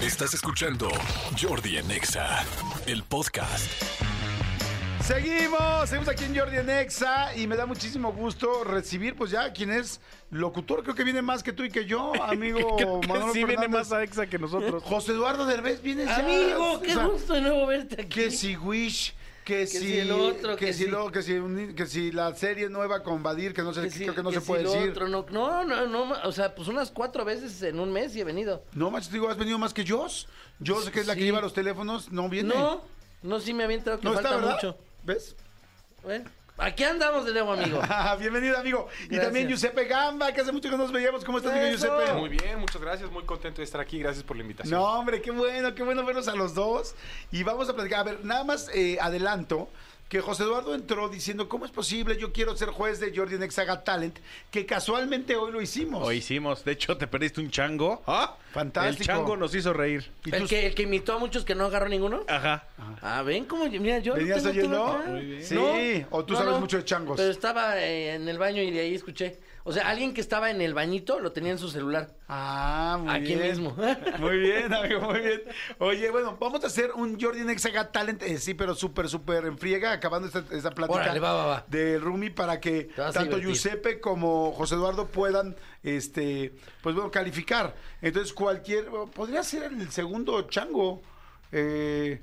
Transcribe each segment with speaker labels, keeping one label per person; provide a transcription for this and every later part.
Speaker 1: Estás escuchando Jordi en Exa, el podcast.
Speaker 2: Seguimos, seguimos aquí en Jordi en Exa y me da muchísimo gusto recibir, pues ya, quien es locutor, creo que viene más que tú y que yo, amigo
Speaker 3: Creo que
Speaker 2: Manolo
Speaker 3: sí viene
Speaker 2: Fernández.
Speaker 3: más a Exa que nosotros.
Speaker 2: José Eduardo Derbez, vienes ya.
Speaker 4: Amigo, qué
Speaker 2: Ah, O sea,
Speaker 4: gusto de nuevo verte aquí.
Speaker 2: Que si Wish, que, si,
Speaker 4: si el otro,
Speaker 2: que,
Speaker 4: que
Speaker 2: si,
Speaker 4: si-
Speaker 2: lo- que si un- que si la serie nueva con Badir, que no sé,
Speaker 4: Que si-
Speaker 2: creo que no se
Speaker 4: si
Speaker 2: puede
Speaker 4: lo
Speaker 2: decir.
Speaker 4: otro, no, no, no, no, ma- o sea, pues unas cuatro veces en un mes y he venido.
Speaker 2: No, macho, te digo, has venido más que yo. Yo sé que es la que
Speaker 4: Sí.
Speaker 2: lleva los teléfonos, no viene.
Speaker 4: No, no, sí me había enterado que
Speaker 2: no
Speaker 4: falta
Speaker 2: está, ¿verdad?
Speaker 4: mucho.
Speaker 2: ¿Ves?
Speaker 4: Bueno, aquí andamos de nuevo, amigo.
Speaker 2: Ah, Bienvenido, amigo. Y
Speaker 4: Gracias.
Speaker 2: también Giuseppe Gamba, que hace mucho que no nos veíamos. ¿Cómo estás, amigo
Speaker 4: Eso.
Speaker 2: Giuseppe?
Speaker 3: Muy bien, muchas gracias. Muy contento de estar aquí. Gracias por la invitación.
Speaker 2: No, hombre, qué bueno, qué bueno verlos a los dos. Y vamos a platicar. A ver, nada más eh, adelanto que José Eduardo entró diciendo, ¿cómo es posible? Yo quiero ser juez de Jordi Nexaga Talent, que casualmente hoy lo hicimos.
Speaker 3: Lo hicimos. De hecho, te perdiste un chango. ¿Ah?
Speaker 2: Fantástico.
Speaker 3: El chango nos hizo reír.
Speaker 2: ¿Y pues
Speaker 4: el,
Speaker 2: tú-
Speaker 4: que, el que imitó a muchos que no agarró ninguno.
Speaker 3: Ajá.
Speaker 4: Ah, ven cómo, yo- mira, yo lo
Speaker 2: ¿Venías
Speaker 4: tengo
Speaker 2: oyendo?
Speaker 4: todo acá.
Speaker 2: Muy bien.
Speaker 4: No,
Speaker 2: Sí, o tú
Speaker 4: no,
Speaker 2: sabes
Speaker 4: no,
Speaker 2: mucho de changos.
Speaker 4: Pero estaba eh, en el baño y de ahí escuché. O sea, alguien que estaba en el bañito lo tenía en su celular.
Speaker 2: Ah, muy
Speaker 4: Aquí
Speaker 2: bien.
Speaker 4: mismo.
Speaker 2: Muy bien, amigo, muy bien. Oye, bueno, vamos a hacer un Jordi Nexaga Talent, eh, sí, pero súper, súper en friega, acabando esta, esta plática
Speaker 4: Órale, va, va, va.
Speaker 2: del Rumi para que
Speaker 4: vas a
Speaker 2: tanto
Speaker 4: divertir.
Speaker 2: Giuseppe como José Eduardo puedan, este, pues bueno, calificar. Entonces, cualquier, podría ser el segundo chango, eh,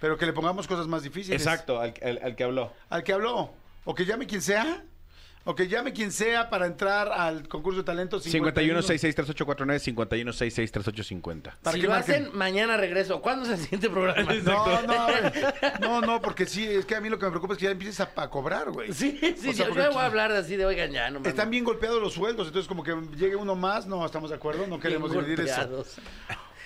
Speaker 2: pero que le pongamos cosas más difíciles.
Speaker 3: Exacto, al, al- al que habló.
Speaker 2: Al que habló, o que llame quien sea, o que llame quien sea para entrar al concurso de talentos
Speaker 3: 51663849, 51663850.
Speaker 2: Para
Speaker 4: si
Speaker 2: que
Speaker 4: lo
Speaker 2: marquen.
Speaker 4: hacen, mañana regreso. ¿Cuándo es el siguiente programa?
Speaker 2: No, no, a ver. no, no, porque sí, es que a mí lo que me preocupa es que ya empieces a, a cobrar, güey.
Speaker 4: Sí, sí,
Speaker 2: O sea,
Speaker 4: yo,
Speaker 2: porque
Speaker 4: yo voy a hablar así de, oigan, ya, no mames.
Speaker 2: Están bien golpeados los sueldos, entonces como que llegue uno más, no, estamos de acuerdo, no queremos dividir eso.
Speaker 4: golpeados.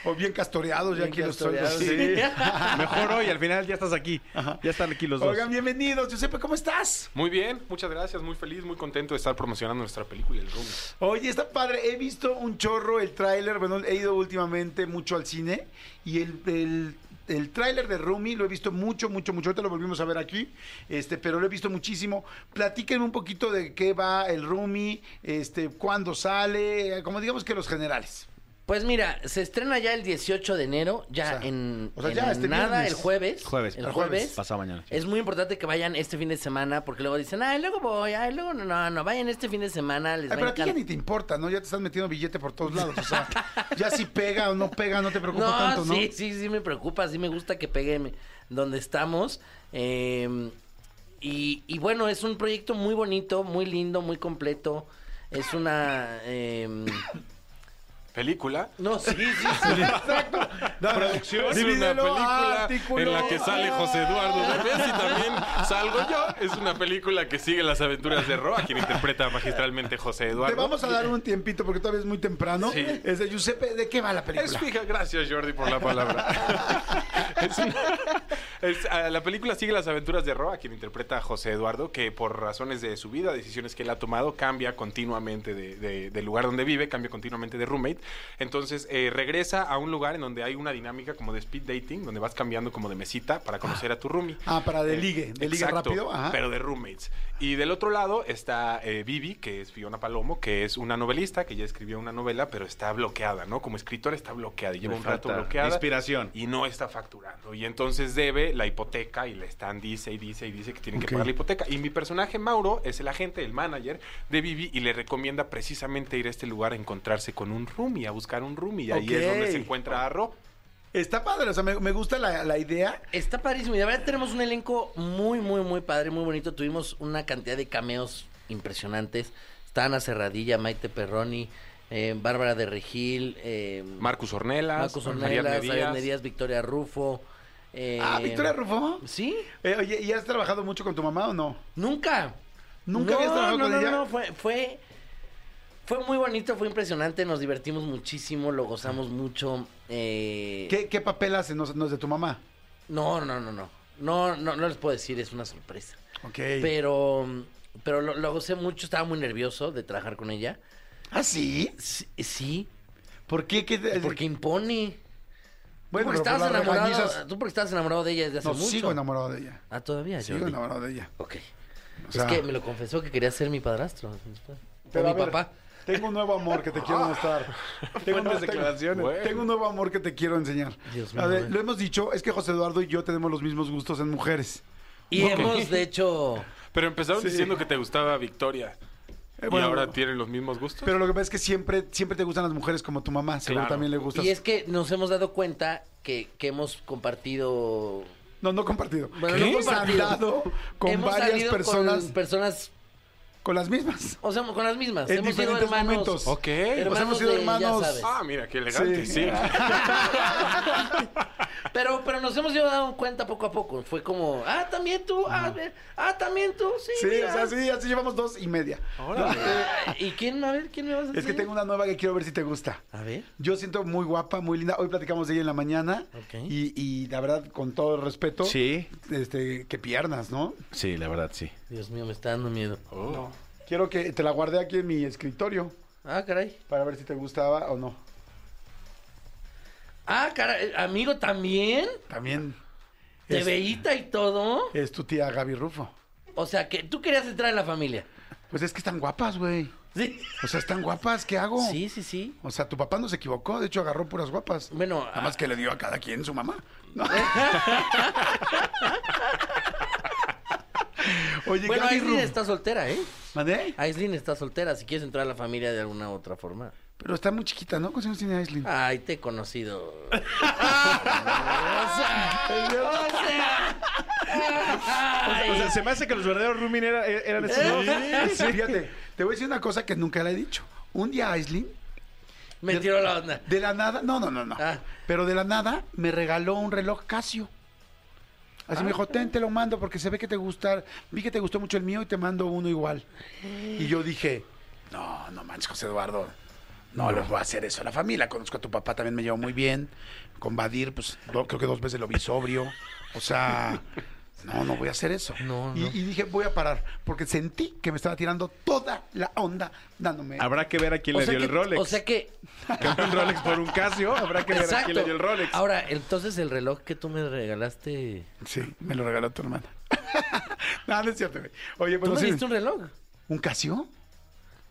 Speaker 2: O bien castoreados ya
Speaker 4: Bien
Speaker 2: aquí los sueldos.
Speaker 4: castoreados,
Speaker 2: sí.
Speaker 3: Mejor hoy, al final ya estás aquí. Ya están aquí los dos.
Speaker 2: Oigan, bienvenidos, Giuseppe, ¿cómo estás?
Speaker 5: Muy bien, muchas gracias, muy feliz, muy contento de estar promocionando nuestra película El Room.
Speaker 2: Oye, está padre, he visto un chorro el tráiler, bueno, he ido últimamente mucho al cine y el... el el tráiler de Rumi lo he visto mucho, mucho, mucho. Ahorita lo volvimos a ver aquí, este, pero lo he visto muchísimo. Platíquenme un poquito de qué va el Rumi, este, cuándo sale, como digamos que los generales.
Speaker 4: Pues mira, se estrena ya el 18 de enero, ya
Speaker 2: O sea,
Speaker 4: en,
Speaker 2: o sea,
Speaker 4: en
Speaker 2: ya este
Speaker 4: nada,
Speaker 2: viernes.
Speaker 4: el jueves.
Speaker 3: Jueves,
Speaker 4: el
Speaker 3: el
Speaker 4: jueves.
Speaker 2: jueves,
Speaker 3: pasado mañana, sí.
Speaker 4: Es muy importante que vayan este fin de semana, porque luego dicen, ay, luego voy, ay, luego no, no, no, vayan este fin de semana, les
Speaker 2: Ay,
Speaker 4: va
Speaker 2: pero
Speaker 4: a
Speaker 2: a ti ya ni
Speaker 4: encantar.
Speaker 2: te importa, ¿no? Ya te están metiendo billete por todos lados. O sea, ya si pega o no pega, no te preocupa
Speaker 4: No,
Speaker 2: tanto, ¿no?
Speaker 4: sí, sí, sí me preocupa, sí me gusta que pegue me- donde estamos. eh, y, y bueno, es un proyecto muy bonito, muy lindo, muy completo. Es una... eh,
Speaker 5: Película.
Speaker 4: no, sí, sí, sí.
Speaker 5: Producción. Es una
Speaker 2: Divídelo,
Speaker 5: película
Speaker 2: artículo.
Speaker 5: en la que sale José Eduardo Derbez y también salgo yo. Es una película que sigue las aventuras de Roa, quien interpreta magistralmente José
Speaker 2: Te
Speaker 5: Eduardo.
Speaker 2: vamos a dar un tiempito porque todavía es muy temprano.
Speaker 5: Sí.
Speaker 2: Es de Giuseppe, ¿de qué va la película?
Speaker 5: Es fija, gracias Jordi por la palabra. Es una- es, ah, la película sigue las aventuras de Roa, quien interpreta a José Eduardo, que por razones de su vida, decisiones que él ha tomado, cambia continuamente de- de- del lugar donde vive, cambia continuamente de roommate. Entonces eh, regresa a un lugar en donde hay una dinámica como de speed dating, donde vas cambiando como de mesita para conocer a tu roomie.
Speaker 2: Ah, para de
Speaker 5: Eh,
Speaker 2: ligue, de ligue
Speaker 5: exacto,
Speaker 2: rápido. Ajá.
Speaker 5: Pero de roommates. Y del otro lado está eh, Vivi, que es Fiona Palomo, que es una novelista, que ya escribió una novela, pero está bloqueada, ¿no? Como escritora está bloqueada y lleva
Speaker 3: Me
Speaker 5: un rato
Speaker 3: falta
Speaker 5: bloqueada.
Speaker 3: inspiración.
Speaker 5: Y no está facturando. Y entonces debe la hipoteca y le están dice y dice y dice que tienen
Speaker 2: Ok.
Speaker 5: que pagar la hipoteca. Y mi personaje, Mauro, es el agente, el manager de Vivi y le recomienda precisamente ir a este lugar a encontrarse con un roomie, a buscar un roomie. Y ahí es donde se
Speaker 2: Ok.
Speaker 5: encuentra a Ro.
Speaker 2: Está padre, o sea, me, me gusta la, la idea.
Speaker 4: Está padrísimo. Y la verdad tenemos un elenco muy, muy, muy padre, muy bonito. Tuvimos una cantidad de cameos impresionantes. Estaban a Cerradilla, Maite Perroni, eh, Bárbara de Regil, eh,
Speaker 5: Marcus Ornelas,
Speaker 4: Marcos
Speaker 5: Ariadne
Speaker 4: Ornelas,
Speaker 5: Díaz.
Speaker 4: Ariadne Díaz, Victoria Rufo. eh,
Speaker 2: Ah, Victoria Rufo.
Speaker 4: Sí,
Speaker 2: Eh, oye, ¿y has trabajado mucho con tu mamá o no?
Speaker 4: nunca.
Speaker 2: ¿Nunca
Speaker 4: No,
Speaker 2: habías trabajado
Speaker 4: no,
Speaker 2: con
Speaker 4: no,
Speaker 2: ella?
Speaker 4: No, fue, fue, fue muy bonito, fue impresionante. Nos divertimos muchísimo, lo gozamos mucho. eh,
Speaker 2: ¿Qué, qué papel hace? No, no es de tu mamá.
Speaker 4: No, no, no, no. No, no, no les puedo decir, es una sorpresa.
Speaker 2: Ok.
Speaker 4: Pero, pero lo, lo gocé mucho, estaba muy nervioso de trabajar con ella.
Speaker 2: ¿Ah, sí?
Speaker 4: Sí, sí,
Speaker 2: ¿Por qué? ¿Qué te-
Speaker 4: Eh, porque impone.
Speaker 2: Bueno, pero
Speaker 4: Bueno, porque
Speaker 2: por
Speaker 4: estabas
Speaker 2: las
Speaker 4: enamorado,
Speaker 2: regañizas-
Speaker 4: tú porque estabas enamorado de ella desde hace
Speaker 2: No,
Speaker 4: mucho.
Speaker 2: sigo enamorado de ella.
Speaker 4: Ah, todavía,
Speaker 2: Sigo
Speaker 4: Jordi?
Speaker 2: enamorado de ella.
Speaker 4: Ok.
Speaker 2: sea-
Speaker 4: es que me lo confesó que quería ser mi padrastro. O
Speaker 2: Pero a
Speaker 4: mi
Speaker 2: ver,
Speaker 4: papá.
Speaker 2: Tengo un nuevo amor que te quiero
Speaker 5: Ah.
Speaker 2: mostrar. Tengo, un nuevo-
Speaker 3: Fuertes declaraciones.
Speaker 2: tengo- tengo un nuevo amor que te quiero enseñar.
Speaker 4: Dios
Speaker 2: A ver,
Speaker 4: mío. eh.
Speaker 2: lo hemos dicho, es que José Eduardo y yo tenemos los mismos gustos en mujeres.
Speaker 4: Y hemos, de hecho,
Speaker 5: Pero empezaron
Speaker 2: Sí.
Speaker 5: diciendo que te gustaba Victoria.
Speaker 2: Eh, bueno,
Speaker 5: y ahora tienen los mismos gustos.
Speaker 2: Pero lo que pasa es que siempre, siempre te gustan las mujeres como tu mamá, seguro
Speaker 5: Claro.
Speaker 2: también le gustas.
Speaker 4: y es que nos hemos dado cuenta que, que hemos compartido...
Speaker 2: No, no compartido.
Speaker 4: Bueno,
Speaker 2: Nos
Speaker 4: no
Speaker 2: hemos
Speaker 4: compartido.
Speaker 2: andado con
Speaker 4: hemos
Speaker 2: varias
Speaker 4: salido con
Speaker 2: personas, con,
Speaker 4: personas,
Speaker 2: las mismas.
Speaker 4: o sea, con las mismas.
Speaker 2: En
Speaker 4: hemos sido
Speaker 2: diferentes
Speaker 4: hermanos.
Speaker 2: momentos.
Speaker 5: Ok.
Speaker 2: O sea, hemos
Speaker 4: Hermanos
Speaker 2: sido
Speaker 4: de- ya
Speaker 2: hermanos.
Speaker 4: sabes.
Speaker 5: Ah, mira, qué elegante,
Speaker 2: Sí.
Speaker 5: sí. Ah,
Speaker 4: Pero, pero nos hemos ido dando cuenta poco a poco. Fue como, ah, también tú, ah, ve- ah, también tú, sí.
Speaker 2: Sí,
Speaker 4: mira.
Speaker 2: o sea, sí, así llevamos dos y media.
Speaker 4: Ah, ¿Y quién, a ver, quién me vas a decir?
Speaker 2: Es que tengo una nueva que quiero ver si te gusta.
Speaker 4: A ver.
Speaker 2: Yo siento muy guapa, muy linda. Hoy platicamos de ella en la mañana.
Speaker 4: Ok.
Speaker 2: Y, y la verdad, con todo el respeto.
Speaker 3: Sí.
Speaker 2: Este, que piernas, ¿no?
Speaker 3: Sí, la verdad, sí.
Speaker 4: Dios mío, me está dando miedo.
Speaker 5: Oh.
Speaker 2: Quiero que te la guardé aquí en mi escritorio
Speaker 4: Ah, caray.
Speaker 2: para ver si te gustaba o no.
Speaker 4: Ah, caray, amigo, ¿también?
Speaker 2: También
Speaker 4: ¿Te
Speaker 2: Es-
Speaker 4: veíta y todo?
Speaker 2: es tu tía Gaby Rufo.
Speaker 4: O sea, que tú querías entrar en la familia.
Speaker 2: Pues es que están guapas, güey.
Speaker 4: Sí.
Speaker 2: O sea, están guapas, ¿qué hago?
Speaker 4: Sí, sí, sí.
Speaker 2: O sea, tu papá no se equivocó, de hecho agarró puras guapas.
Speaker 4: Bueno,
Speaker 2: Nada más
Speaker 4: ah,
Speaker 2: que le dio a cada quien su mamá. Oye,
Speaker 4: ah, bueno,
Speaker 2: Gaby
Speaker 4: Aislinn
Speaker 2: Rufo.
Speaker 4: está soltera, ¿eh?
Speaker 2: ¿Mandé?
Speaker 4: Aislinn está soltera, si quieres entrar a la familia de alguna otra forma.
Speaker 2: Pero está muy chiquita, ¿no? ¿Cuántos años tiene Aislinn?
Speaker 4: Ay, te he conocido. o sea, o sea, ay.
Speaker 3: O sea, se me hace que los verdaderos Rumin era- eh, eran esos dos.
Speaker 2: Sí, Fíjate, te voy a decir una cosa que nunca le he dicho. Un día Aislinn,
Speaker 4: me tiró la onda.
Speaker 2: de la nada, no, no, no, no.
Speaker 4: Ah.
Speaker 2: Pero de la nada me regaló un reloj Casio. Así me
Speaker 4: Ah.
Speaker 2: dijo, ten, te lo mando porque se ve que te gusta, vi que te gustó mucho el mío y te mando uno igual. Y yo dije, no, no manches, José Eduardo, no, les voy a hacer eso a la familia. Conozco a tu papá, también me llevo muy bien. Con Badir, pues do- creo que dos veces lo vi sobrio. O sea, no, no voy a hacer eso.
Speaker 4: No,
Speaker 2: Y-
Speaker 4: no.
Speaker 2: y dije, voy a parar porque sentí que me estaba tirando toda la onda dándome.
Speaker 3: Habrá que ver a quién
Speaker 4: O
Speaker 3: le
Speaker 4: sea
Speaker 3: dio
Speaker 4: que-
Speaker 3: el Rolex.
Speaker 4: O sea que.
Speaker 3: Cambió un Rolex por un Casio. Habrá que ver a quién
Speaker 4: Exacto.
Speaker 3: le dio el Rolex.
Speaker 4: Ahora, entonces el reloj que tú me regalaste.
Speaker 2: Sí, me lo regaló tu hermana. no, no es cierto, güey. Oye,
Speaker 4: ¿Tú
Speaker 2: pues
Speaker 4: me
Speaker 2: no sé-
Speaker 4: diste un reloj?
Speaker 2: ¿Un Casio?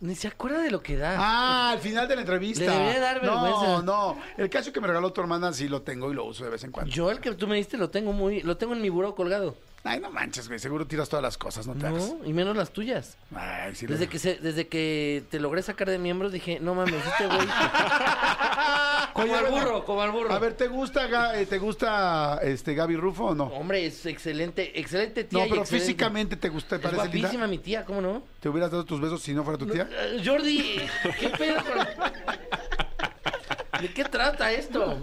Speaker 4: Ni se acuerda de lo que da.
Speaker 2: Ah, al final de la entrevista.
Speaker 4: Le debería dar
Speaker 2: No,
Speaker 4: vergüenza.
Speaker 2: no. El Casio que me regaló tu hermana sí lo tengo y lo uso de vez en cuando.
Speaker 4: Yo el que tú me diste lo tengo muy, lo tengo en mi buró colgado.
Speaker 2: Ay, no manches, güey. Seguro tiras todas las cosas, no te hagas.
Speaker 4: No, y menos las tuyas.
Speaker 2: Ay, sí. lo-
Speaker 4: Desde que se, desde que te logré sacar de miembros dije, no mames, este güey. como
Speaker 2: Oye,
Speaker 4: al
Speaker 2: bueno,
Speaker 4: burro, como al burro.
Speaker 2: A ver, ¿te gusta, Ga- eh, te gusta este Gaby Rufo o no?
Speaker 4: Hombre, es excelente, excelente
Speaker 2: no,
Speaker 4: tía. y
Speaker 2: pero
Speaker 4: excelente-
Speaker 2: físicamente te gusta, te
Speaker 4: Es
Speaker 2: parece
Speaker 4: guapísima
Speaker 2: linda.
Speaker 4: mi tía, ¿cómo no?
Speaker 2: ¿Te hubieras dado tus besos si no fuera tu tía?
Speaker 4: Eh, Jordi, ¿qué pedo con... ¿De qué trata esto?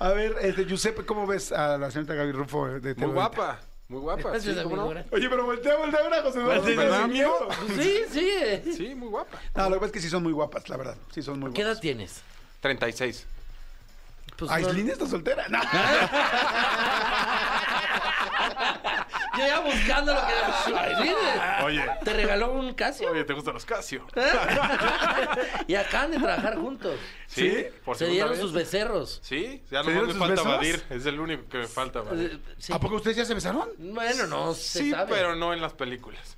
Speaker 2: A ver, este, Giuseppe, ¿cómo ves a la señorita Gaby Rufo? eh, De, de-
Speaker 5: Muy guapa. Muy guapa.
Speaker 4: Gracias,
Speaker 5: Sí, ¿cómo
Speaker 4: amigo,
Speaker 5: no?
Speaker 4: gracias.
Speaker 2: Oye, pero voltea, voltea a ver a José Eduardo.
Speaker 5: Perdón,
Speaker 2: ¿verdad,
Speaker 5: amigo?
Speaker 2: amigo?
Speaker 4: Sí, sí. eh.
Speaker 5: Sí, muy guapa.
Speaker 2: No, lo que pasa es que sí son muy guapas, la verdad. Sí son muy
Speaker 4: ¿Qué
Speaker 2: guapas.
Speaker 4: edad tienes?
Speaker 5: 36.
Speaker 4: Pues, no-
Speaker 2: Aislinn está soltera. No.
Speaker 4: pues, Yo ya buscando lo que... Aislinn, eh,
Speaker 5: Oye.
Speaker 4: ¿Te regaló un Casio?
Speaker 5: Oye, ¿te gustan los Casio?
Speaker 4: y acaban de trabajar juntos.
Speaker 5: Sí, por
Speaker 4: Se
Speaker 5: segunda
Speaker 4: dieron
Speaker 5: vez.
Speaker 4: sus becerros.
Speaker 5: Sí, ya
Speaker 2: ¿Se
Speaker 5: no me
Speaker 2: dieron sus
Speaker 5: falta
Speaker 2: besos?
Speaker 5: Badir. Es el único que me falta Badir.
Speaker 4: Eh, sí.
Speaker 2: ¿A poco ustedes ya se besaron?
Speaker 4: Bueno, no se
Speaker 5: Sí,
Speaker 4: sabe.
Speaker 5: pero no en las películas.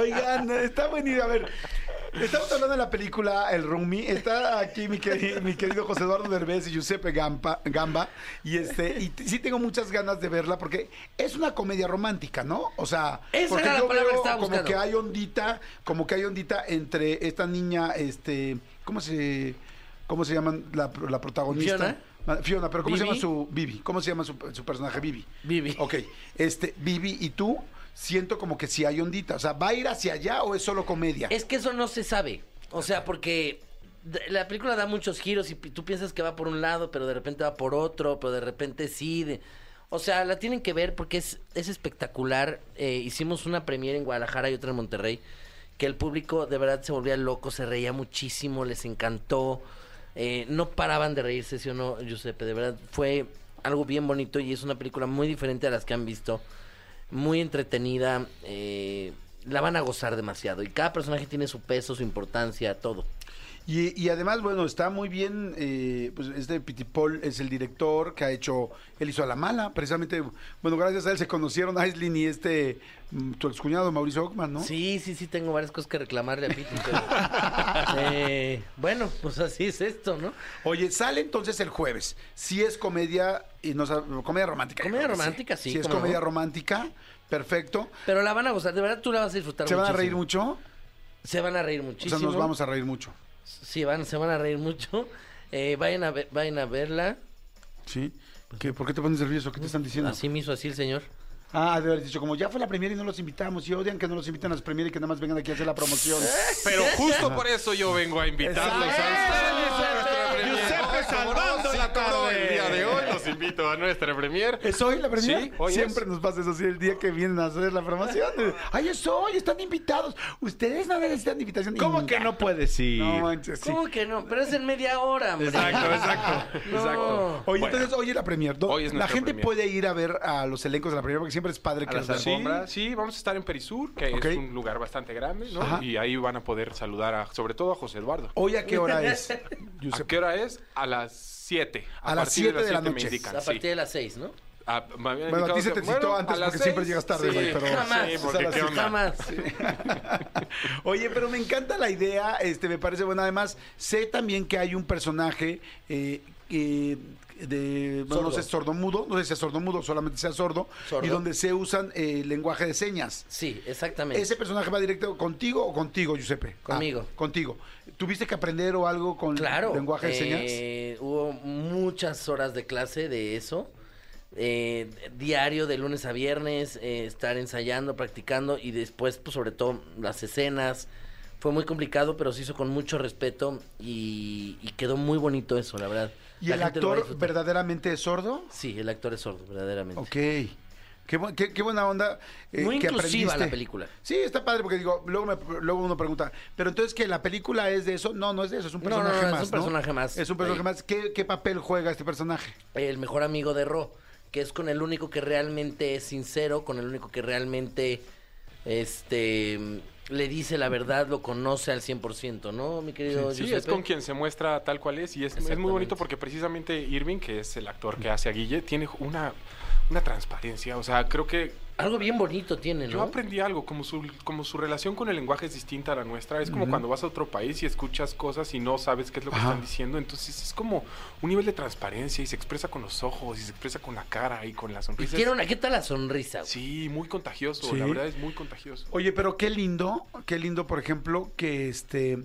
Speaker 2: Oigan, está venido. A ver, estamos hablando de la película El Rumi. Está aquí mi querido, mi querido José Eduardo Derbez y Giuseppe Gampa- Gamba. Y este, y t- sí tengo muchas ganas de verla porque es una comedia romántica, ¿no? O sea,
Speaker 4: Esa
Speaker 2: porque
Speaker 4: era la
Speaker 2: yo
Speaker 4: palabra que
Speaker 2: veo
Speaker 4: estaba
Speaker 2: como
Speaker 4: buscando.
Speaker 2: que hay ondita, como que hay ondita entre esta niña, este, ¿cómo se, cómo se llaman la, pro- la protagonista?
Speaker 4: Fiona.
Speaker 2: Ma- Fiona, pero ¿cómo se
Speaker 4: Vivi.
Speaker 2: llama su Vivi? ¿Cómo se llama su, su personaje Vivi?
Speaker 4: Vivi.
Speaker 2: Ok, este, Vivi y tú, siento como que si hay ondita. O sea, ¿va a ir hacia allá o es solo comedia?
Speaker 4: Es que eso no se sabe. O sea, porque de- la película da muchos giros y pi- tú piensas que va por un lado, pero de repente va por otro, pero de repente sí. de- O sea, la tienen que ver porque es, es espectacular. Eh, hicimos una premiere en Guadalajara y otra en Monterrey, que el público de verdad se volvía loco, se reía muchísimo, les encantó. Eh, no paraban de reírse, ¿sí o no, Giuseppe? De verdad, fue algo bien bonito y es una película muy diferente a las que han visto muy entretenida. eh, la van a gozar demasiado. Y cada personaje tiene su peso, su importancia, todo.
Speaker 2: Y, y además, bueno, está muy bien, eh, pues este Pitipol es el director que ha hecho, él hizo a la mala, precisamente, bueno, gracias a él se conocieron Aislin y este, mm, tu excuñado Mauricio Ockman, ¿no?
Speaker 4: Sí, sí, sí, tengo varias cosas que reclamarle a Piti. pero, eh, bueno, pues así es esto, ¿no?
Speaker 2: Oye, sale entonces el jueves. Si es comedia y no sab- comedia romántica. yo
Speaker 4: Comedia
Speaker 2: creo que
Speaker 4: romántica, sí,
Speaker 2: Si es
Speaker 4: cómo no.
Speaker 2: comedia romántica, perfecto.
Speaker 4: Pero la van a gozar, de verdad tú la vas a disfrutar
Speaker 2: ¿Se van a
Speaker 4: muchísimo.
Speaker 2: reír mucho?
Speaker 4: Se van a reír
Speaker 2: O
Speaker 4: muchísimo.
Speaker 2: sea, nos vamos a reír mucho.
Speaker 4: Sí, van, se van a reír mucho. Eh, vayan, a ver- vayan a verla.
Speaker 2: ¿Sí? ¿Qué, ¿Por qué te pones nervioso? ¿Qué te están diciendo?
Speaker 4: Así me hizo así el señor.
Speaker 2: Ah, de haber dicho, como ya fue la primera y no los invitamos, y odian que no los inviten a las premieres y que nada más vengan aquí a hacer la promoción.
Speaker 5: Pero justo por eso yo vengo a invitarles
Speaker 2: Exacto,
Speaker 5: a ustedes a nuestra premier.
Speaker 3: Giuseppe salvando la
Speaker 5: Sí, todo
Speaker 3: tarde.
Speaker 5: El día de hoy los invito a nuestra premier.
Speaker 2: ¿Es hoy la premier?
Speaker 5: Sí, hoy
Speaker 2: Siempre
Speaker 5: es.
Speaker 2: nos pasa eso así el día que vienen a hacer la promoción. Ay, es hoy, están invitados. Ustedes no necesitan invitación.
Speaker 3: ¿Cómo que no puedes ir?
Speaker 2: No manches, sí.
Speaker 4: ¿Cómo que no? Pero es en media hora, hombre.
Speaker 5: Exacto, exacto,
Speaker 4: No.
Speaker 5: exacto.
Speaker 2: Oye,
Speaker 5: Bueno,
Speaker 2: entonces hoy es la premier. ¿no?
Speaker 5: Hoy es
Speaker 2: la
Speaker 5: nuestra
Speaker 2: gente
Speaker 5: premier.
Speaker 2: puede ir a ver a los elencos de la premier porque siempre es padre
Speaker 5: a
Speaker 2: que
Speaker 5: las
Speaker 2: los vean.
Speaker 5: alfombras, sí, vamos a estar en Perisur, que
Speaker 2: Ok.
Speaker 5: es un lugar bastante grande, ¿no?
Speaker 2: Ajá.
Speaker 5: Y ahí van a poder saludar a, sobre todo a José Eduardo.
Speaker 2: Hoy a qué hora es?
Speaker 5: ¿A
Speaker 2: Giuseppe?
Speaker 5: qué hora es? A las 7.
Speaker 2: A las
Speaker 5: partir
Speaker 2: siete de la
Speaker 5: siete
Speaker 2: noche.
Speaker 5: me indican,
Speaker 4: A
Speaker 5: sí.
Speaker 4: partir de las seis, ¿no?
Speaker 5: Ah, me habían
Speaker 2: Bueno, a ti
Speaker 5: indicado
Speaker 2: se te
Speaker 5: que-
Speaker 2: citó
Speaker 5: bueno,
Speaker 2: antes
Speaker 5: a las
Speaker 2: porque siempre
Speaker 5: seis,
Speaker 2: llegas tarde,
Speaker 5: sí.
Speaker 2: güey, pero-
Speaker 4: Jamás.
Speaker 5: Sí, porque qué onda.
Speaker 4: Jamás.
Speaker 2: Oye, pero me encanta la idea, este, me parece buena. Además, sé también que hay un personaje eh, eh, de, bueno, no
Speaker 4: Sordo.
Speaker 2: sé, sordomudo, no sé si es sordomudo, solamente sea sordo,
Speaker 4: Sordo.
Speaker 2: y donde se usan eh, lenguaje de señas.
Speaker 4: Sí, exactamente.
Speaker 2: ¿Ese personaje va directo contigo o contigo, Giuseppe?
Speaker 4: Conmigo.
Speaker 2: Ah, contigo. ¿Tuviste que aprender o algo con
Speaker 4: Claro.
Speaker 2: lenguaje de señas?
Speaker 4: eh, Hubo muchas horas de clase de eso. eh, diario de lunes a viernes, eh, estar ensayando, practicando y después, pues, sobre todo, las escenas. Fue muy complicado, pero se hizo con mucho respeto y, y quedó muy bonito eso, la verdad.
Speaker 2: ¿Y
Speaker 4: La
Speaker 2: el
Speaker 4: gente lo va a
Speaker 2: actor
Speaker 4: disfrutar.
Speaker 2: verdaderamente es sordo?
Speaker 4: Sí, el actor es sordo, verdaderamente.
Speaker 2: Ok. Qué, bu- qué- qué buena onda. eh,
Speaker 4: Muy
Speaker 2: que
Speaker 4: inclusiva
Speaker 2: aprendiste.
Speaker 4: la película.
Speaker 2: Sí, está padre porque digo, luego, me- luego uno pregunta, pero entonces que la película es de eso. No, no es de eso, es un
Speaker 4: No, no, no,
Speaker 2: personaje
Speaker 4: es
Speaker 2: más.
Speaker 4: un personaje más.
Speaker 2: Es un personaje
Speaker 4: Ahí.
Speaker 2: más. ¿Qué, qué papel juega este personaje?
Speaker 4: el mejor amigo de Ro, que es con el único que realmente es sincero, con el único que realmente este le dice la verdad, lo conoce al 100%, ¿no, mi querido
Speaker 5: Sí, es
Speaker 4: Giuseppe?
Speaker 5: con quien se muestra tal cual es y es, es muy
Speaker 4: Exactamente.
Speaker 5: bonito porque precisamente Irving, que es el actor que hace a Guille, tiene una, una transparencia. O sea, creo que
Speaker 4: Algo bien bonito tiene, ¿no?
Speaker 5: yo aprendí algo, como su, como su relación con el lenguaje es distinta a la nuestra. Es como cuando vas a otro país y escuchas cosas y no sabes qué es lo que
Speaker 2: Ajá.
Speaker 5: están diciendo. Entonces es como un nivel de transparencia y se expresa con los ojos y se expresa con la cara y con la
Speaker 4: Y
Speaker 5: sonrisa.
Speaker 4: tiene una, ¿qué tal la sonrisa? güey?
Speaker 5: pues Sí, muy contagioso.
Speaker 2: Sí.
Speaker 5: La verdad es muy contagioso.
Speaker 2: Oye, pero qué lindo, qué lindo, por ejemplo, que este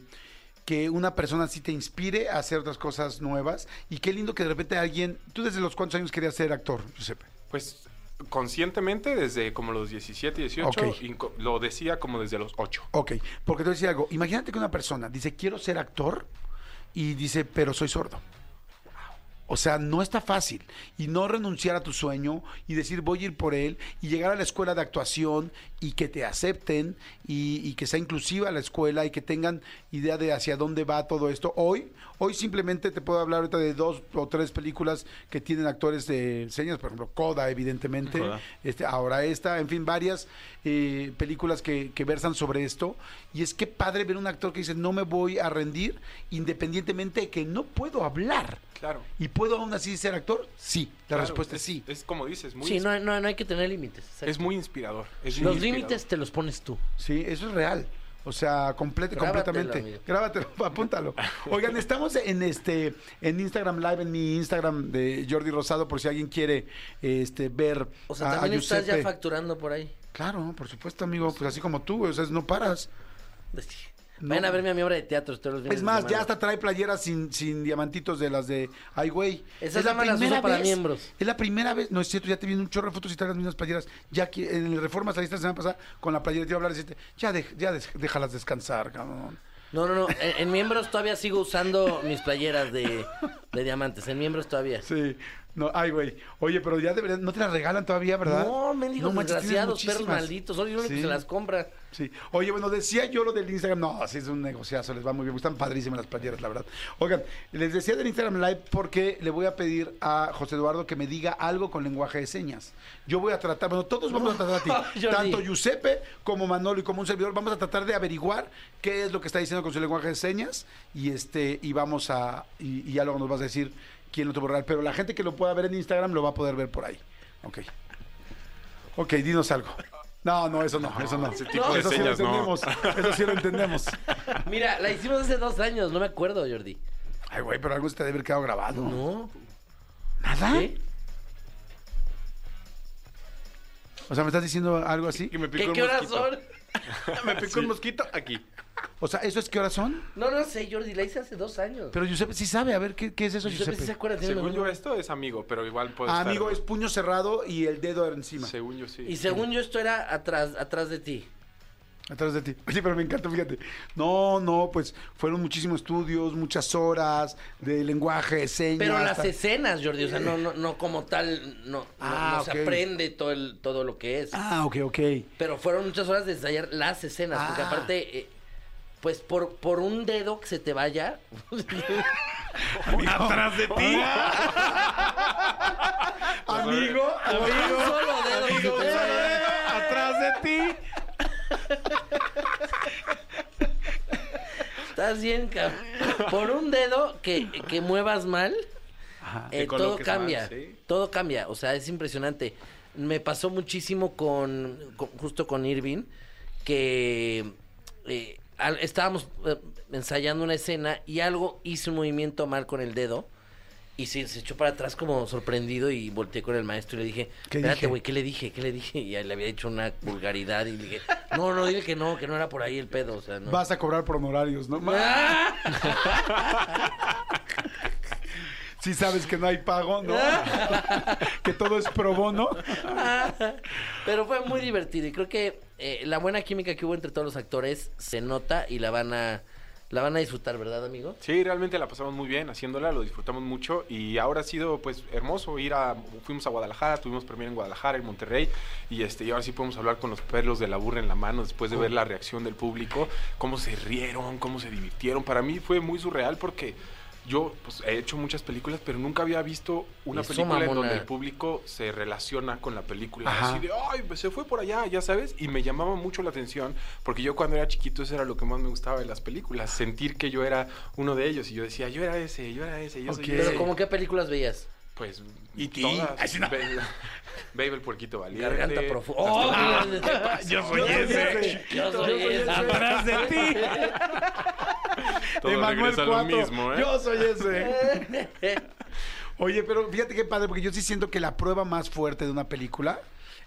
Speaker 2: que una persona así te inspire a hacer otras cosas nuevas y qué lindo que de repente alguien, tú desde los cuántos años querías ser actor, Giuseppe.
Speaker 5: Pues conscientemente desde como los 17, 18,
Speaker 2: Ok.
Speaker 5: inco- lo decía como desde los 8.
Speaker 2: Ok, porque te voy a decir algo, imagínate que una persona dice, "Quiero ser actor" y dice, "Pero soy sordo." O sea, no está fácil. Y no renunciar a tu sueño y decir voy a ir por él y llegar a la escuela de actuación y que te acepten y, y que sea inclusiva la escuela y que tengan idea de hacia dónde va todo esto. Hoy, hoy simplemente te puedo hablar ahorita de dos o tres películas que tienen actores de señas, por ejemplo, Coda, evidentemente.
Speaker 3: Coda.
Speaker 2: Este, ahora esta, en fin, varias eh, películas que, que versan sobre esto. Y es que padre ver un actor que dice no me voy a rendir independientemente de que no puedo hablar.
Speaker 5: Claro.
Speaker 2: ¿Y puedo aún así ser actor? Sí. La
Speaker 5: Claro,
Speaker 2: respuesta es
Speaker 5: es
Speaker 2: sí.
Speaker 5: Es como dices, muy
Speaker 4: Sí,
Speaker 5: ins-
Speaker 4: no, hay- no, hay- no hay que tener límites. exacto.
Speaker 5: es muy inspirador. es muy
Speaker 4: Los
Speaker 5: inspirador.
Speaker 4: límites te los pones tú.
Speaker 2: Sí, eso es real. O sea, complete-
Speaker 4: Grábatelo,
Speaker 2: completamente.
Speaker 4: amigo.
Speaker 2: Grábatelo, apúntalo. Oigan, estamos en este en Instagram Live, en mi Instagram de Jordi Rosado, por si alguien quiere este ver
Speaker 4: O sea,
Speaker 2: a- a
Speaker 4: también estás ya
Speaker 2: Giuseppe.
Speaker 4: facturando por ahí.
Speaker 2: Claro, por supuesto, amigo. Pues así como tú, güey, o sea, no paras. No.
Speaker 4: Vayan a verme a mi obra de teatro. todos los fines
Speaker 2: Es
Speaker 4: de
Speaker 2: más,
Speaker 4: semana.
Speaker 2: ya hasta trae playeras sin, sin diamantitos de las de Ay, güey.
Speaker 4: Esas
Speaker 2: es la
Speaker 4: nada más las
Speaker 2: primera
Speaker 4: uso para
Speaker 2: vez-
Speaker 4: miembros.
Speaker 2: Es la primera vez, no es cierto, ya te viene un chorro de fotos y traes las mismas playeras. Ya que en el Reforma saliste la semana pasada con la playera, te iba a hablar y dijiste, ya, dej- ya des- déjalas descansar, cabrón.
Speaker 4: No, no, no. En, en miembros todavía sigo usando mis playeras de de diamantes, en miembros todavía.
Speaker 2: Sí. No, ay, güey. Oye, pero ya deberían, no te las regalan todavía, ¿verdad?
Speaker 4: No, mendigos
Speaker 2: manches, tienes
Speaker 4: desgraciados, perros
Speaker 2: muchísimas.
Speaker 4: malditos. Soy el único que
Speaker 2: Sí.
Speaker 4: se las compra.
Speaker 2: Sí. Oye, bueno, decía yo lo del Instagram. No, sí es un negociazo, les va muy bien. Están padrísimas las playeras, la verdad. Oigan, les decía del Instagram Live porque le voy a pedir a José Eduardo que me diga algo con lenguaje de señas. Yo voy a tratar, bueno, todos vamos a tratar a ti.
Speaker 4: Jordi.
Speaker 2: Tanto Giuseppe como Manolo y como un servidor, vamos a tratar de averiguar qué es lo que está diciendo con su lenguaje de señas. Y este, y vamos a. Y, y ya luego nos vas a decir quién lo tuvo real. Pero la gente que lo pueda ver en Instagram lo va a poder ver por ahí. Ok. Ok, dinos algo. No, no, eso no, eso no.
Speaker 5: ese tipo
Speaker 4: de
Speaker 2: eso
Speaker 5: señas,
Speaker 2: sí lo
Speaker 5: no.
Speaker 2: entendemos. Eso sí lo entendemos.
Speaker 4: Mira, la hicimos hace dos años, no me acuerdo, Jordi.
Speaker 2: Ay, güey, pero algo se te debe haber quedado grabado.
Speaker 4: No.
Speaker 2: ¿Nada?
Speaker 4: ¿Qué?
Speaker 2: O sea, ¿me estás diciendo algo así?
Speaker 5: Y me picó
Speaker 4: ¿Qué,
Speaker 5: un
Speaker 4: qué horas
Speaker 5: mosquito.
Speaker 4: son?
Speaker 5: Me picó un mosquito aquí.
Speaker 2: O sea, ¿eso es qué horas son?
Speaker 4: No, no sé, Jordi, la hice hace dos años.
Speaker 2: Pero Giuseppe sí sabe, a ver, ¿qué, qué es eso,
Speaker 4: Giuseppe
Speaker 2: Giuseppe?
Speaker 4: sí se acuerda, tiene
Speaker 5: Según yo
Speaker 4: memoria.
Speaker 5: esto es amigo, pero igual puede
Speaker 2: Ah,
Speaker 5: estar-
Speaker 2: amigo, es puño cerrado y el dedo encima.
Speaker 5: Según yo sí.
Speaker 4: Y según yo esto era atrás, atrás de ti.
Speaker 2: Atrás de ti. Oye, pero me encanta, fíjate. No, no, pues fueron muchísimos estudios, muchas horas de lenguaje, de señas.
Speaker 4: Pero las
Speaker 2: tal.
Speaker 4: escenas, Jordi, o sea, no, no, no como tal, no, no-
Speaker 2: Ah,
Speaker 4: no se
Speaker 2: ok.
Speaker 4: aprende todo, el, todo lo que es.
Speaker 2: Ah, ok, ok.
Speaker 4: Pero fueron muchas horas de ensayar las escenas, porque
Speaker 2: Ah.
Speaker 4: aparte, eh, pues por, por un dedo que se te vaya,
Speaker 3: Atrás de ti.
Speaker 2: Amigo, amigo.
Speaker 4: un solo dedo. que se
Speaker 6: Eh.
Speaker 4: te vaya.
Speaker 3: Atrás de ti.
Speaker 4: Estás bien, cabrón. Por un dedo que, que muevas mal, eh,
Speaker 5: Que
Speaker 4: todo
Speaker 5: coloques
Speaker 4: cambia.
Speaker 5: mal, sí.
Speaker 4: Todo cambia. O sea, es impresionante. Me pasó muchísimo con, con- justo con Irving, que eh, al- estábamos eh, ensayando una escena y algo hizo un movimiento mal con el dedo. Y se, se echó para atrás como sorprendido y volteé con el maestro y le dije,
Speaker 2: ¿Qué
Speaker 4: espérate,
Speaker 2: dije?
Speaker 4: güey, ¿qué le dije? ¿Qué le dije? Y le había hecho una vulgaridad y le dije, no, no, dile que no, que no era por ahí el pedo, o sea, no.
Speaker 2: Vas a cobrar por honorarios, ¿no?
Speaker 4: ¡Ah!
Speaker 2: Si sabes que no hay pago, ¿no? que todo es pro bono.
Speaker 4: Pero fue muy divertido y creo que eh, la buena química que hubo entre todos los actores se nota y la van a la van a disfrutar, ¿verdad, amigo?
Speaker 5: Sí, realmente la pasamos muy bien haciéndola, lo disfrutamos mucho y ahora ha sido pues hermoso ir a fuimos a Guadalajara, tuvimos premier en Guadalajara, en Monterrey y este y ahora sí podemos hablar con los perros de la burra en la mano después de
Speaker 2: Oh.
Speaker 5: ver la reacción del público, cómo se rieron, cómo se divirtieron. Para mí fue muy surreal porque yo pues, he hecho muchas películas, pero nunca había visto una
Speaker 4: Eso,
Speaker 5: película en
Speaker 4: mamona.
Speaker 5: donde el público se relaciona con la película.
Speaker 2: Ajá.
Speaker 5: Así de, ay, pues, se fue por allá, ya sabes, y me llamaba mucho la atención, porque yo cuando era chiquito eso era lo que más me gustaba de las películas, sentir que yo era uno de ellos, y yo decía, yo era ese, yo era ese, yo soy
Speaker 2: Ok.
Speaker 5: ese.
Speaker 4: Pero como qué películas veías?
Speaker 5: Pues,
Speaker 2: ¿Y ti?
Speaker 5: todas.
Speaker 2: Ay, sí, no.
Speaker 5: Babe, Babe el puerquito valiente.
Speaker 4: Garganta profunda. ¡Oh!
Speaker 3: Yo soy
Speaker 2: Yo soy
Speaker 3: ese.
Speaker 2: ese.
Speaker 4: Yo soy ese.
Speaker 3: Atrás de ti.
Speaker 5: Todo
Speaker 2: Emanuel
Speaker 5: regresa a lo
Speaker 2: Cuatro,
Speaker 5: mismo, ¿eh?
Speaker 2: Yo soy ese. Oye, pero fíjate qué padre, porque yo sí siento que la prueba más fuerte de una película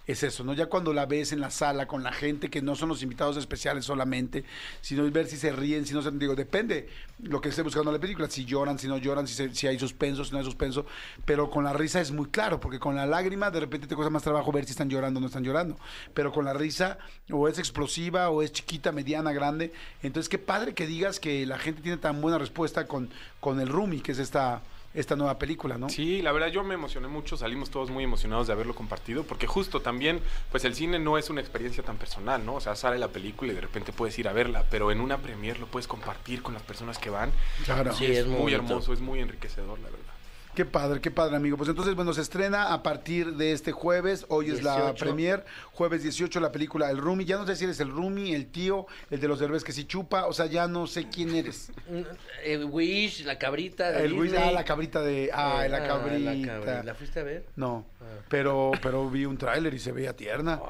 Speaker 2: es eso, ¿no? Ya cuando la ves en la sala con la gente, que no son los invitados especiales solamente, sino es ver si se ríen, si no se... Digo, depende lo que esté buscando la película, si lloran, si no lloran, si, se- si hay suspenso, si no hay suspenso, pero con la risa es muy claro, porque con la lágrima de repente te cuesta más trabajo ver si están llorando o no están llorando, pero con la risa o es explosiva o es chiquita, mediana, grande, entonces qué padre que digas que la gente tiene tan buena respuesta con, con el Rumi, que es esta... Esta nueva película, ¿no?
Speaker 5: Sí, la verdad yo me emocioné mucho, salimos todos muy emocionados de haberlo compartido, porque justo también, pues el cine no es una experiencia tan personal, ¿no? O sea, sale la película y de repente puedes ir a verla, pero en una premier lo puedes compartir con las personas que van.
Speaker 2: Claro.
Speaker 4: Sí, es
Speaker 5: Es muy,
Speaker 4: muy bonito.
Speaker 5: hermoso, es muy enriquecedor, la verdad.
Speaker 2: Qué padre, qué padre, amigo. Pues entonces, bueno, se estrena a partir de este jueves. Hoy es la
Speaker 4: 18.
Speaker 2: premier. Jueves 18, la película El Rumi. Ya no sé si eres el Rumi, el tío, el de los derbés que sí chupa. O sea, ya no sé quién eres.
Speaker 4: Eh, Wish, la cabrita de
Speaker 2: el Luis,
Speaker 4: Disney.
Speaker 2: ah, la cabrita de. Ah,
Speaker 4: Eh,
Speaker 2: la cabrita.
Speaker 4: La, cabri- ¿La fuiste a ver?
Speaker 2: No, pero, pero vi un tráiler y se veía tierna.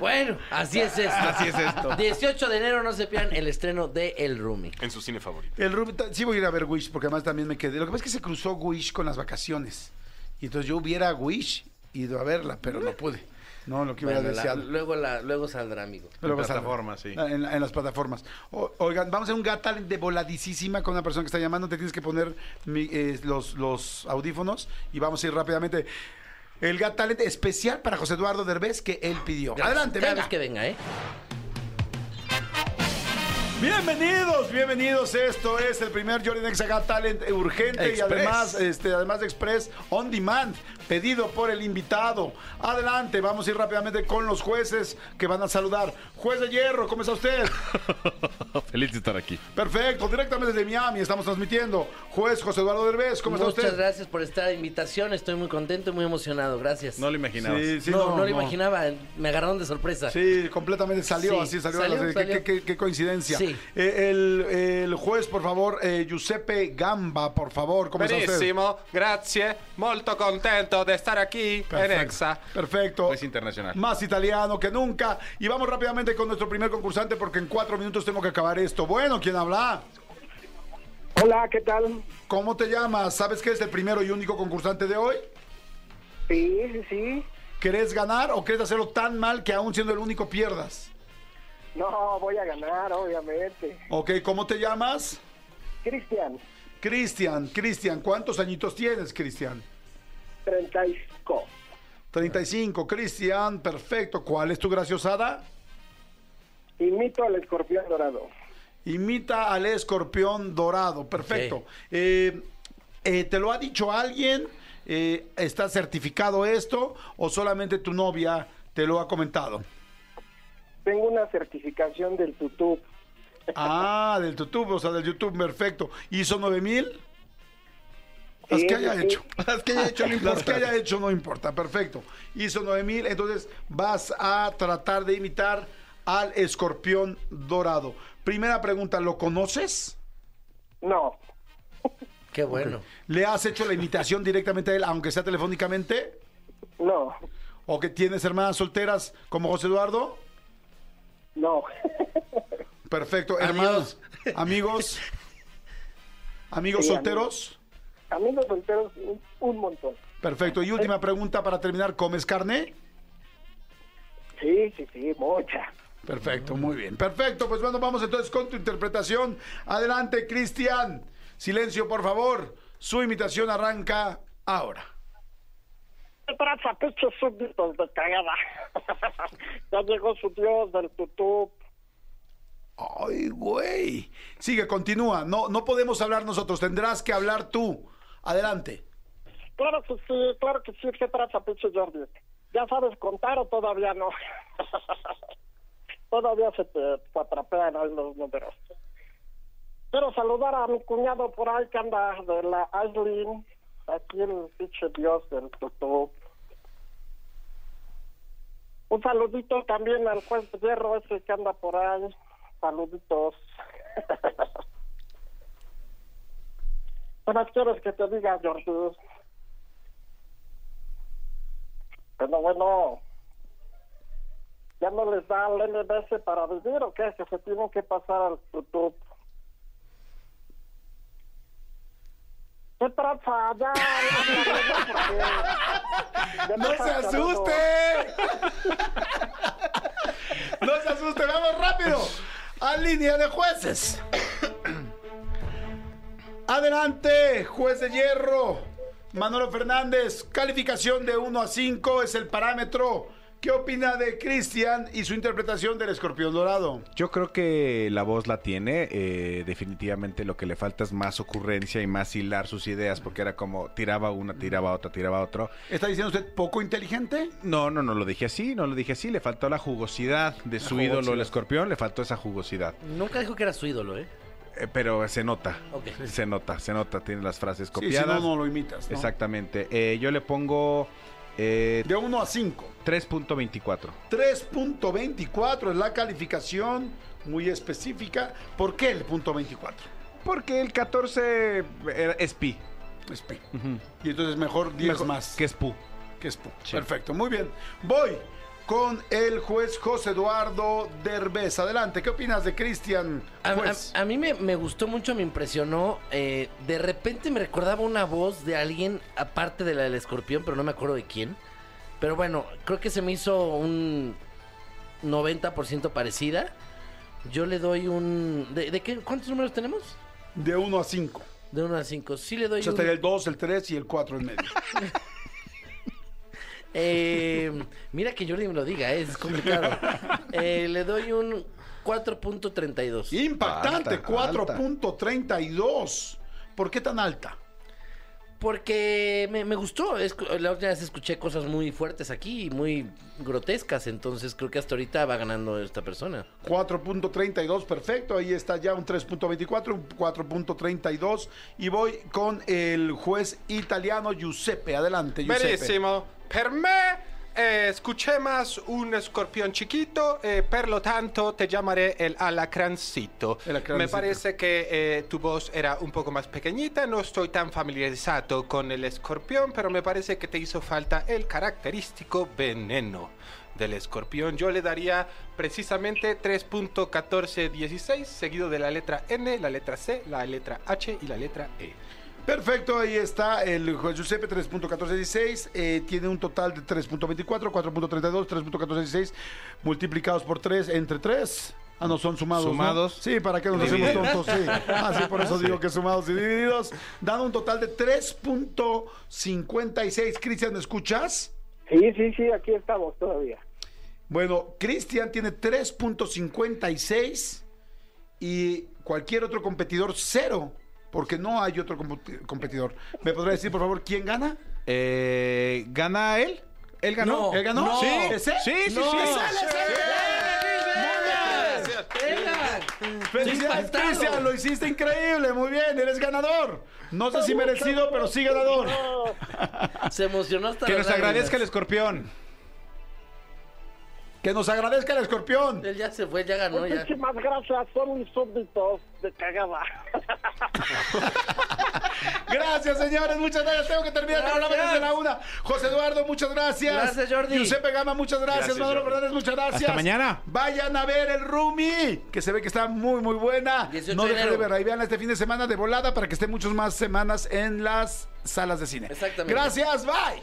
Speaker 4: Bueno, así es esto.
Speaker 3: Así es esto.
Speaker 4: 18 de enero no se pierdan el estreno de El Rumi.
Speaker 5: En su cine favorito.
Speaker 2: El Rumi, ta- sí voy a ir a ver Wish, porque además también me quedé. Lo que pasa es que se cruzó Wish con las vacaciones. Y entonces yo hubiera Wish ido a verla, pero no pude. No, lo que hubiera
Speaker 4: Bueno, la-
Speaker 2: deseado.
Speaker 4: luego, la, luego saldrá, amigo.
Speaker 2: Pero
Speaker 3: En
Speaker 2: vas a-
Speaker 3: plataformas, sí.
Speaker 2: En, en las plataformas. O- oigan, vamos a hacer un gat talent de voladicísima con una persona que está llamando. Te tienes que poner mi- eh, los, los audífonos y vamos a ir rápidamente. El gat talent especial para José Eduardo
Speaker 4: ¿eh?
Speaker 2: Derbez que él pidió. Adelante,
Speaker 4: Cada
Speaker 2: venga.
Speaker 4: vez que venga, ¿eh?
Speaker 2: Bienvenidos, bienvenidos. Esto es el primer Jordan Exaga Talent eh, urgente y
Speaker 5: Express.
Speaker 2: además, este, además de Express on demand, pedido por el invitado. Adelante, vamos a ir rápidamente con los jueces que van a saludar. Juez de hierro, ¿cómo está usted?
Speaker 6: Feliz de estar aquí.
Speaker 2: Perfecto, directamente desde Miami estamos transmitiendo. Juez José Eduardo Derbez, ¿cómo
Speaker 4: Muchas
Speaker 2: está usted?
Speaker 4: gracias por esta invitación. Estoy muy contento y muy emocionado. Gracias.
Speaker 6: No lo imaginabas.
Speaker 2: Sí, sí,
Speaker 4: no, no lo imaginaba. Me agarraron de sorpresa.
Speaker 2: Sí, completamente salió
Speaker 4: Sí,
Speaker 2: así, salió, a
Speaker 4: salió,
Speaker 2: la- qué-
Speaker 4: salió.
Speaker 2: Qué, qué- qué coincidencia.
Speaker 4: Sí.
Speaker 2: Eh, el, el juez, por favor, eh, Giuseppe Gamba, por favor, ¿cómo está usted?
Speaker 5: Benissimo, grazie, molto contento de estar aquí en Exa.
Speaker 2: Perfecto.
Speaker 3: Pues
Speaker 6: Es internacional.
Speaker 2: Más italiano que nunca. Y vamos rápidamente con nuestro primer concursante porque en cuatro minutos tengo que acabar esto. Bueno, ¿quién habla?
Speaker 7: Hola, ¿qué tal?
Speaker 2: ¿Cómo te llamas? ¿Sabes que es el primero y único concursante de hoy?
Speaker 7: Sí, sí, sí.
Speaker 2: ¿Querés ganar o querés hacerlo tan mal que aún siendo el único pierdas?
Speaker 7: No, voy a ganar, obviamente.
Speaker 2: Ok, ¿cómo te llamas?
Speaker 7: Cristian,
Speaker 2: Cristian, Cristian, ¿cuántos añitos tienes, Cristian?
Speaker 7: 35.
Speaker 2: 35, Cristian, perfecto. ¿Cuál es tu graciosada?
Speaker 7: Imito al escorpión dorado.
Speaker 2: Imita al escorpión dorado. Perfecto.
Speaker 4: Ok.
Speaker 2: Eh, eh, ¿Te lo ha dicho alguien? Eh, ¿Está certificado esto? ¿O solamente tu novia te lo ha comentado?
Speaker 7: Tengo una certificación del tutú.
Speaker 2: Ah, del YouTube, o sea, del YouTube, perfecto. ¿Hizo 9000? Las
Speaker 7: Sí,
Speaker 2: que haya
Speaker 7: sí.
Speaker 2: hecho. Las que haya hecho no importa. Las que haya hecho no importa, perfecto. Hizo 9000, entonces vas a tratar de imitar al escorpión dorado. Primera pregunta, ¿lo conoces?
Speaker 7: No,
Speaker 4: Qué bueno.
Speaker 2: ¿Le has hecho la imitación directamente a él, aunque sea telefónicamente?
Speaker 7: no,
Speaker 2: ¿O que tienes hermanas solteras como José Eduardo?
Speaker 7: no.
Speaker 2: Perfecto.
Speaker 4: Amigos.
Speaker 2: Hermanos, amigos, amigos
Speaker 7: Sí,
Speaker 2: solteros.
Speaker 7: Amigos solteros, un, un montón.
Speaker 2: Perfecto. Y última pregunta para terminar. ¿Comes carne?
Speaker 7: Sí, sí, sí, mucha.
Speaker 2: Perfecto, muy bien. Perfecto, pues bueno, vamos entonces con tu interpretación. Adelante, Cristian. Silencio, por favor. Su imitación arranca ahora.
Speaker 7: ¿Qué traza, pechos súbditos este de cagada? ya llegó su dios del tutú.
Speaker 2: Ay, güey. Sigue, continúa. No, no podemos hablar nosotros. Tendrás que hablar tú. Adelante.
Speaker 7: Claro que sí, claro que sí, ¿qué traza, pinche Jordi? ¿Ya sabes contar o todavía no? todavía se te atrapean ahí los números. Quiero saludar a mi cuñado por ahí que anda de la Aislin, aquí el pinche dios del tutú. Un saludito también al juez de hierro ese que anda por ahí. Saluditos. ¿Qué más quieres que te diga, Jordi? Bueno, bueno. ¿Ya no les da el NBS para vivir o qué? Que se tienen que pasar al YouTube. ¿Qué traza? Ya.
Speaker 2: ¡No
Speaker 7: ya me
Speaker 2: se
Speaker 7: estás quedando-
Speaker 2: asuste! ¡No se asuste! ¡Vamos rápido! ¡A línea de jueces! Adelante, juez de hierro. Manolo Fernández, calificación de 1 a 5 es el parámetro. ¿Qué opina de Cristian y su interpretación del escorpión dorado?
Speaker 3: Yo creo que la voz la tiene. eh, definitivamente lo que le falta es más ocurrencia y más hilar sus ideas, porque era como tiraba una, tiraba otra, tiraba otro.
Speaker 2: ¿Está diciendo usted poco inteligente?
Speaker 3: No, no, no lo dije así, no lo dije así. Le faltó la jugosidad de su ídolo, el escorpión, le faltó esa jugosidad.
Speaker 4: Nunca dijo que era su ídolo, ¿eh?
Speaker 3: Eh, pero se nota,
Speaker 4: Ok.
Speaker 3: se nota, se nota. Tiene las frases
Speaker 2: Sí, si
Speaker 3: copiadas.
Speaker 2: no, no lo imitas. ¿no?
Speaker 3: Exactamente. Eh, yo le pongo eh,
Speaker 2: De 1 a 5.
Speaker 3: 3.24.
Speaker 2: 3.24 es la calificación muy específica. ¿Por qué el punto 24?
Speaker 3: Porque el 14 era- es pi.
Speaker 2: Es pi. Y entonces mejor 10
Speaker 3: Mejor
Speaker 2: más
Speaker 3: Que es pu.
Speaker 2: que es pu.
Speaker 3: Sí.
Speaker 2: Perfecto, muy bien. Voy con el juez José Eduardo Derbez. Adelante, ¿qué opinas de Cristian?
Speaker 4: A, a-
Speaker 2: juez?
Speaker 4: Ah, a mí me, me gustó mucho, me impresionó. eh, de repente me recordaba una voz de alguien, aparte de la del escorpión, pero no me acuerdo de quién. Pero bueno, creo que se me hizo un 90% parecida. Yo le doy un... ¿De, de qué? ¿Cuántos números tenemos?
Speaker 2: De 1 a 5.
Speaker 4: De 1 a 5. Sí le doy
Speaker 2: O sea,
Speaker 4: un...
Speaker 2: estaría el 2, el 3 y el 4 en medio.
Speaker 4: Eh, mira que Jordi me lo diga, ¿eh? es complicado. Eh, le doy un 4.32.
Speaker 2: Impactante,
Speaker 3: Alta,
Speaker 2: 4.32. ¿Por qué tan alta?
Speaker 4: Porque me, me gustó. Es- la última vez escuché cosas muy fuertes aquí, y muy grotescas. Entonces creo que hasta ahorita va ganando esta persona.
Speaker 2: 4.32, perfecto. Ahí está ya un 3.24, un 4.32. Y voy con el juez italiano Giuseppe. Adelante, Giuseppe.
Speaker 5: Benissimo. Per me eh, escuchemos un escorpión chiquito, eh, per lo tanto te llamaré el alacrancito.
Speaker 2: El alacrancito.
Speaker 5: Me parece que eh, tu voz era un poco más pequeñita, no estoy tan familiarizado con el escorpión, pero me parece que te hizo falta el característico veneno del escorpión. Yo le daría precisamente 3.1416, seguido de la letra N, la letra C, la letra H y la letra E.
Speaker 2: Perfecto, ahí está el juez Giuseppe 3.1416. eh, tiene un total de 3.24, 4.32, 3.1416 multiplicados por 3 entre 3. Ah, no, son sumados. ¿no?
Speaker 3: Sumados.
Speaker 2: Sí, para que nos hacemos tontos, sí. Así por eso digo que sumados y divididos. Dan un total de 3.56. Cristian, ¿me escuchas?
Speaker 7: Sí, sí, sí, aquí estamos todavía.
Speaker 2: Bueno, Cristian tiene 3.56 y cualquier otro competidor cero, porque no hay otro compu- competidor. ¿Me podrá decir, por favor, quién gana?
Speaker 3: Eh, ¿Gana él? ¿Él ganó?
Speaker 4: No,
Speaker 2: ¿Él ganó?
Speaker 4: no.
Speaker 2: ¿Sí? ¿Ese?
Speaker 3: Sí, sí,
Speaker 4: No.
Speaker 3: sí.
Speaker 2: ¡Es él, es él!
Speaker 4: ¡Venga!
Speaker 2: ¡Felicidades,
Speaker 4: Impactado.
Speaker 2: Cristian! ¡Lo hiciste increíble! ¡Muy bien! ¡Eres ganador! No sé si merecido, pero sí ganador.
Speaker 4: Se emocionó hasta
Speaker 3: Que
Speaker 4: las
Speaker 3: nos agradezca el
Speaker 4: lágrimas.
Speaker 3: escorpión.
Speaker 2: ¡Que nos agradezca el escorpión!
Speaker 4: Él ya se fue, ya ganó, ya.
Speaker 7: Muchísimas gracias, son mis súbditos de cagada.
Speaker 2: Gracias, señores. Muchas gracias. Tengo que terminar el programa
Speaker 4: Gracias.
Speaker 2: desde la una. José Eduardo, muchas gracias.
Speaker 4: Gracias, Jordi.
Speaker 2: Giuseppe Gama, muchas gracias.
Speaker 5: Gracias,
Speaker 2: Manolo
Speaker 5: Jordi.
Speaker 2: Fernández, muchas gracias.
Speaker 3: Hasta mañana.
Speaker 2: Vayan a ver el Rumi, que se ve que está muy, muy buena.
Speaker 4: 18
Speaker 2: No
Speaker 4: de
Speaker 2: dejen de
Speaker 4: enero.
Speaker 2: verla. Ahí vean este fin de semana de volada para que estén muchas más semanas en las salas de cine.
Speaker 4: Exactamente.
Speaker 2: Gracias. Bye.